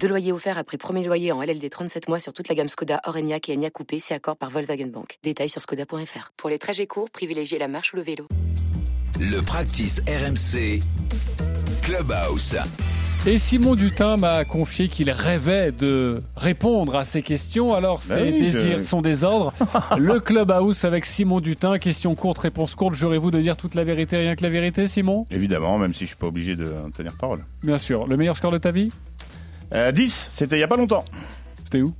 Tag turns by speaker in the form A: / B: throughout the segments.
A: Deux loyers offerts après premier loyer en LLD 37 mois sur toute la gamme Skoda, Orenia et Enya Coupé, si accord par Volkswagen Bank. Détails sur skoda.fr. Pour les trajets courts, privilégiez la marche ou le vélo.
B: Le practice RMC Clubhouse.
C: Et Simon Dutin m'a confié qu'il rêvait de répondre à ces questions. Alors, ses
D: Bah oui,
C: désirs
D: je-
C: sont des ordres. Le Clubhouse avec Simon Dutin. Question courte, réponse courte. Jurez-vous de dire toute la vérité, rien que la vérité, Simon
D: Évidemment, même si je suis pas obligé de tenir parole.
C: Bien sûr. Le meilleur score de ta vie
D: Euh, 10, c'était il y a pas longtemps.
C: C'était où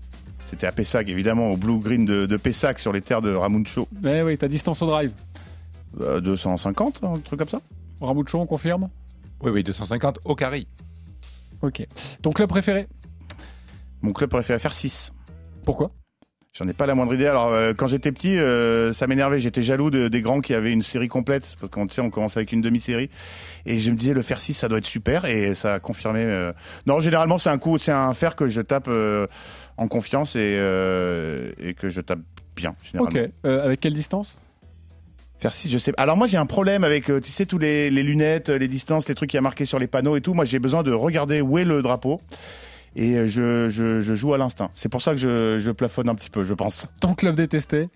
D: C'était à Pessac, évidemment, au Blue Green de, de Pessac, sur les terres de Ramuncho.
C: Eh oui, ta distance au drive.
D: Euh, 250, un truc comme ça
C: Ramouchon, on confirme
E: Oui, oui, 250 au carré.
C: Ok. Ton club préféré
D: Mon club préféré faire 6.
C: Pourquoi
D: J'en ai pas la moindre idée. Alors, euh, quand j'étais petit, euh, ça m'énervait. J'étais jaloux de- des grands qui avaient une série complète. Parce qu'on tu sais, on commençait avec une demi-série. Et je me disais, le fer 6, ça doit être super. Et ça a confirmé. euh, Non, généralement, c'est un coup, c'est un fer que je tape euh, en confiance et, euh, et que je tape bien, généralement.
C: Ok. Euh, avec quelle distance
D: Faire six, je sais. pas. Alors moi j'ai un problème avec, euh, tu sais, tous les, les lunettes, euh, les distances, les trucs qu'il y a marqué sur les panneaux et tout. Moi j'ai besoin de regarder où est le drapeau. Et euh, je, je, je joue à l'instinct. C'est pour ça que je, je plafonne un petit peu, je pense.
C: Ton club détesté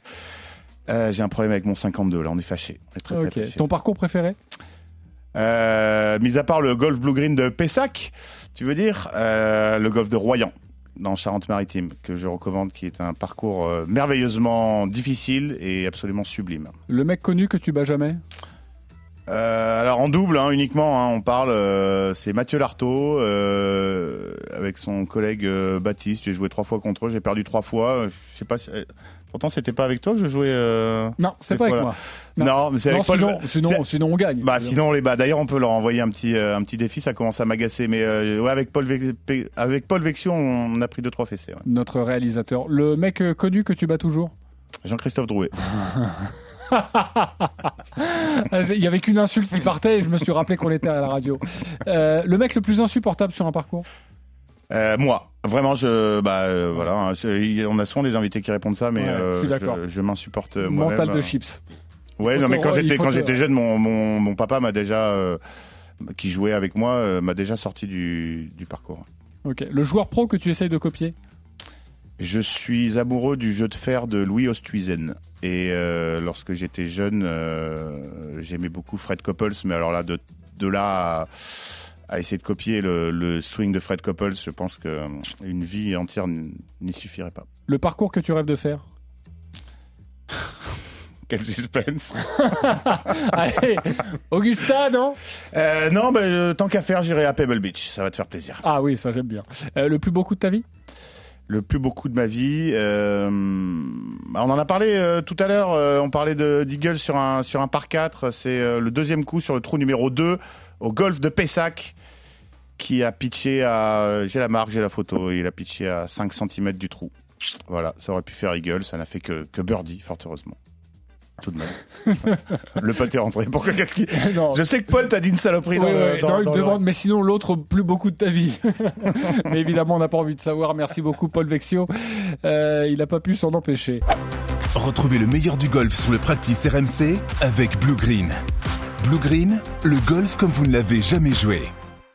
D: Euh, j'ai un problème avec mon 52, là on est fâché. On est très, très
C: Ok.
D: fâchés.
C: Ton parcours préféré
D: Euh, mis à part le golf Blue Green de Pessac, tu veux dire, euh, le golf de Royan, dans Charente-Maritime, que je recommande, qui est un parcours euh, merveilleusement difficile et absolument sublime.
C: Le mec connu que tu bats jamais
D: Euh, alors en double hein, uniquement, hein, on parle, euh, c'est Mathieu Lartaud euh, avec son collègue euh, Baptiste. J'ai joué trois fois contre eux, j'ai perdu trois fois. Euh, Je sais pas. Si... euh, Pourtant c'était pas avec toi que je jouais. euh,
C: Non, c'est
D: C'est
C: pas avec
D: quoi,
C: moi.
D: Non,
C: Non.
D: mais c'est
C: Non,
D: avec Paul.
C: sinon, sinon,
D: c'est-
C: sinon on gagne.
D: Bah sinon les bah d'ailleurs on peut leur envoyer un petit euh, un petit défi. Ça commence à m'agacer, mais euh, ouais avec Paul Vex- Pe- avec Paul Vexion on a pris deux trois fessées. ouais.
C: Notre réalisateur. Le mec euh, connu que tu bats toujours
D: Jean-Christophe Drouet.
C: Ah, Il y avait qu'une insulte qui partait et je me suis rappelé qu'on était à la radio. Euh, le mec le plus insupportable sur un parcours
D: Euh, moi, vraiment, je, bah, euh, voilà, hein, je- on a souvent des invités qui répondent ça, mais
C: Ouais,
D: euh,
C: je suis d'accord.
D: je, je m'insupporte euh, moi-même.
C: Mental de
D: Euh,
C: chips.
D: Ouais,
C: faut
D: non,
C: te
D: mais quand
C: re- il
D: j'étais
C: faut
D: quand
C: te-
D: j'étais jeune, mon, mon, mon papa m'a déjà euh, qui jouait avec moi euh, m'a déjà sorti du, du parcours.
C: Ok. Le joueur pro que tu essayes de copier
D: Je suis amoureux du jeu de fer de Louis Oosthuizen et euh, lorsque j'étais jeune, euh, j'aimais beaucoup Fred Couples, mais alors là de de là à, à essayer de copier le, le swing de Fred Couples, je pense que euh, une vie entière n- n'y suffirait pas.
C: Le parcours que tu rêves de faire
D: Quel suspense
C: Allez, Augusta, non
D: Euh, Non, bah, euh, tant qu'à faire, j'irai à Pebble Beach. Ça va te faire plaisir.
C: Ah oui, ça j'aime bien. Euh, le plus beau coup de ta vie
D: Le plus beau coup de ma vie. euh, bah, on en a parlé euh, tout à l'heure. euh, on parlait de d'Eagle sur un sur un par 4. C'est euh, le deuxième coup sur le trou numéro 2 au golf de Pessac qui a pitché à. euh, J'ai la marque, j'ai la photo. Il a pitché à 5 cm du trou. Voilà, ça aurait pu faire Eagle. Ça n'a fait que, que Birdie, fort heureusement. Tout de même. le pote est rentré. Pourquoi qu'est-ce qui.
C: Non.
D: Je sais que Paul t'a dit une saloperie dans
C: Oui,
D: le-
C: oui,
D: dans-
C: dans une
D: dans le-
C: demande, mais sinon l'autre plus beau coup de ta vie. mais évidemment, on n'a pas envie de savoir. Merci beaucoup, Paul Vexio. Euh, il n'a pas pu s'en empêcher.
B: Retrouvez le meilleur du golf sur le practice RMC avec Blue Green. Blue Green, le golf comme vous ne l'avez jamais joué.